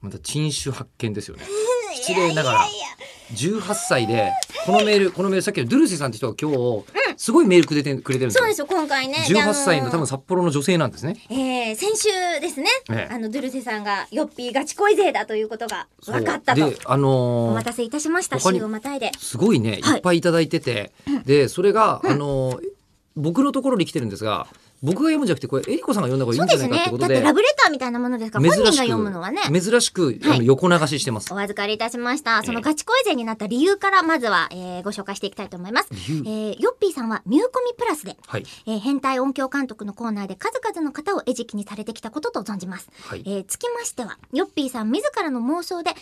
また珍種発見ですよね。失いや礼いなやがらいや18歳で、このメール、このメール、さっきのドゥルシーさんって人が今日、すごいメールくれてくれてるんですそようで。すよ今回ねであ18歳の多分札幌の女性なんですね。えー、先週ですね、ええあのドゥルセさんがよっぴーガチ恋勢だということがそう分かったとで、あおのー待たせいたしました他に週をまたいですごいね、はいいっぱいいただいてて、で、それが、あのー僕のところに来てるんですが、僕が読むんじゃなくて、これ、えりこさんが読んだ方がいいそうんじでゃなすいかってこねだとってで、ラブレターみたいなものですから本人が珍し読むのはねく、珍しく、あのはい横流ししてます。お預かりいたしました。そのガチ恋勢になった理由から、まずは、えーご紹介していきたいと思います。え理由ー、ヨッピーさんは、ミューコミプラスで、はい。えー変態音響監督のコーナーで数々の方を餌食にされてきたことと存じます。はいえーつきましては、ヨッピーさん自らの妄想で、本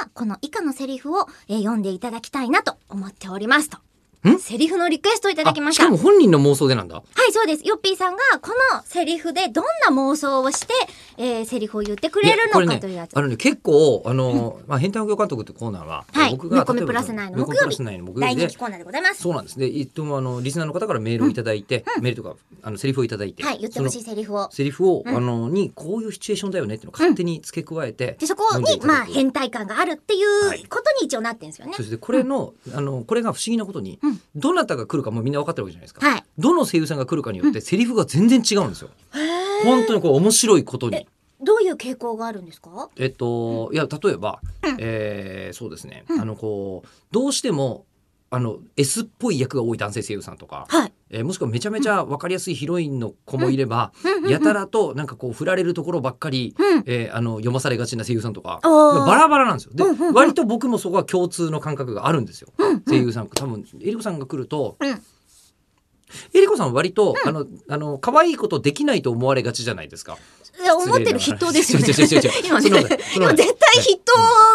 人がこの以下のセリフを、えー読んでいただきたいなと思っておりますと。んセリフのリクエストをいただきまあし。したかも本人の妄想でなんだ。はい、そうです。ヨッピーさんがこのセリフでどんな妄想をして、えーセリフを言ってくれるこのれかねというやつ。あのね結構あの、まあ変態音響監督ってコーナーは、はい。僕ムがコミプラス内の木ム曜コミプラ日ス内の木。曜大日で人気コーナーでございます。そうなんですね。いっともあのリスナーの方からメールをいただいて、メールとかあのセリフをいただいて、はい。言ってほしいそセリフをの。セリフを、あのにこういうシチュエーションだよねっていうのを勝手に付け加えて、で、そこ読んでいに、ただくまあ、変態感があるっていはういことに一応なってるんですよねそ。してこれの、あのこれが不思議なことに、うんどなたが来るかもうみんな分かってるわけじゃないですか。はい。どの声優さんが来るかによってセリフが全然違うんですよ。本当にこれ面白いことに。どういう傾向があるんですかえっと、いや例えば、うんえーそうですね、うんあのこうどうしてもあの S っぽい役が多い男性声優さんとか、はい。えーもしくはめちゃめちゃ分かりやすいヒロインの子もいれば、うんやたらとなんかこう振られるところばっかり、うん。えーあの読まされがちな声優さんとかおーバラバラなんですよ。で、うんうんうん割と僕もそこは共通の感覚があるんですよ、うん声優さん多分えりこさんが来るとうん。えりこさんは割と、あのあの可愛いことできないと思われがちじゃないですか。いや、思ってる筆頭ですよね。違う違う違う違う今そんなことない、そんなね今ことない絶対筆頭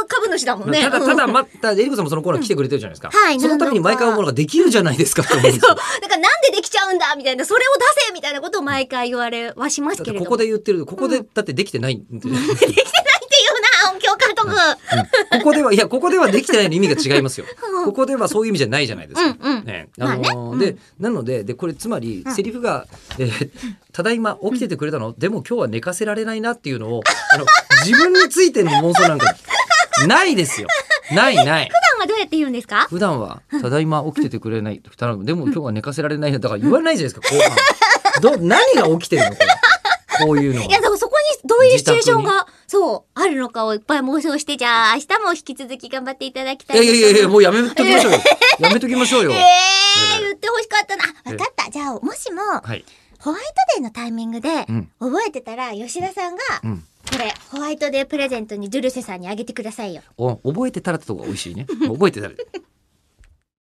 株主だもんね。ただうんただまたえりこさんもそのコーナー来てくれてるじゃないですか、うんはいそのために毎回思うのができるじゃないですかと思うんですそうよ。だからなんでできちゃうんだみたいな、それを出せみたいなことを毎回言われはしまだすっけてれどこも。こで言ってるここでだってできてないんで、っていうな、音響監督。ここではいやここではできてないの意味が違いますよ。ここではそういう意味じゃないじゃないですか。うんうんね、まあねのーうんでなのででこれつまりうんセリフが、えーただいま起きててくれたの、でも今日は寝かせられないなっていうのをあの自分についての妄想なんかないですよ。ないない。普段はどうやって言うんですか普段は「ただいま起きててくれない」頼むでも今日は寝かせられないなだから言わないじゃないですか後半ど何が起きてるのこれこういうのいや、はでもそこにどういうシチュエーションが、そう、あるのかをいっぱい妄想して、じゃあ明日も引き続き頑張っていただきたいいやです。いやいやいやもうやめときましょうよやめときましょうよ、えー、ええ言ってほしかったな。あわかった。じゃあ、もしも、はいホワイトデーのタイミングでうん、覚えてたら、吉田さんが、うんこれ、ホワイトデープレゼントにドゥルセさんにあげてくださいよ。お覚えてたらってとこが美味しいね覚えてたら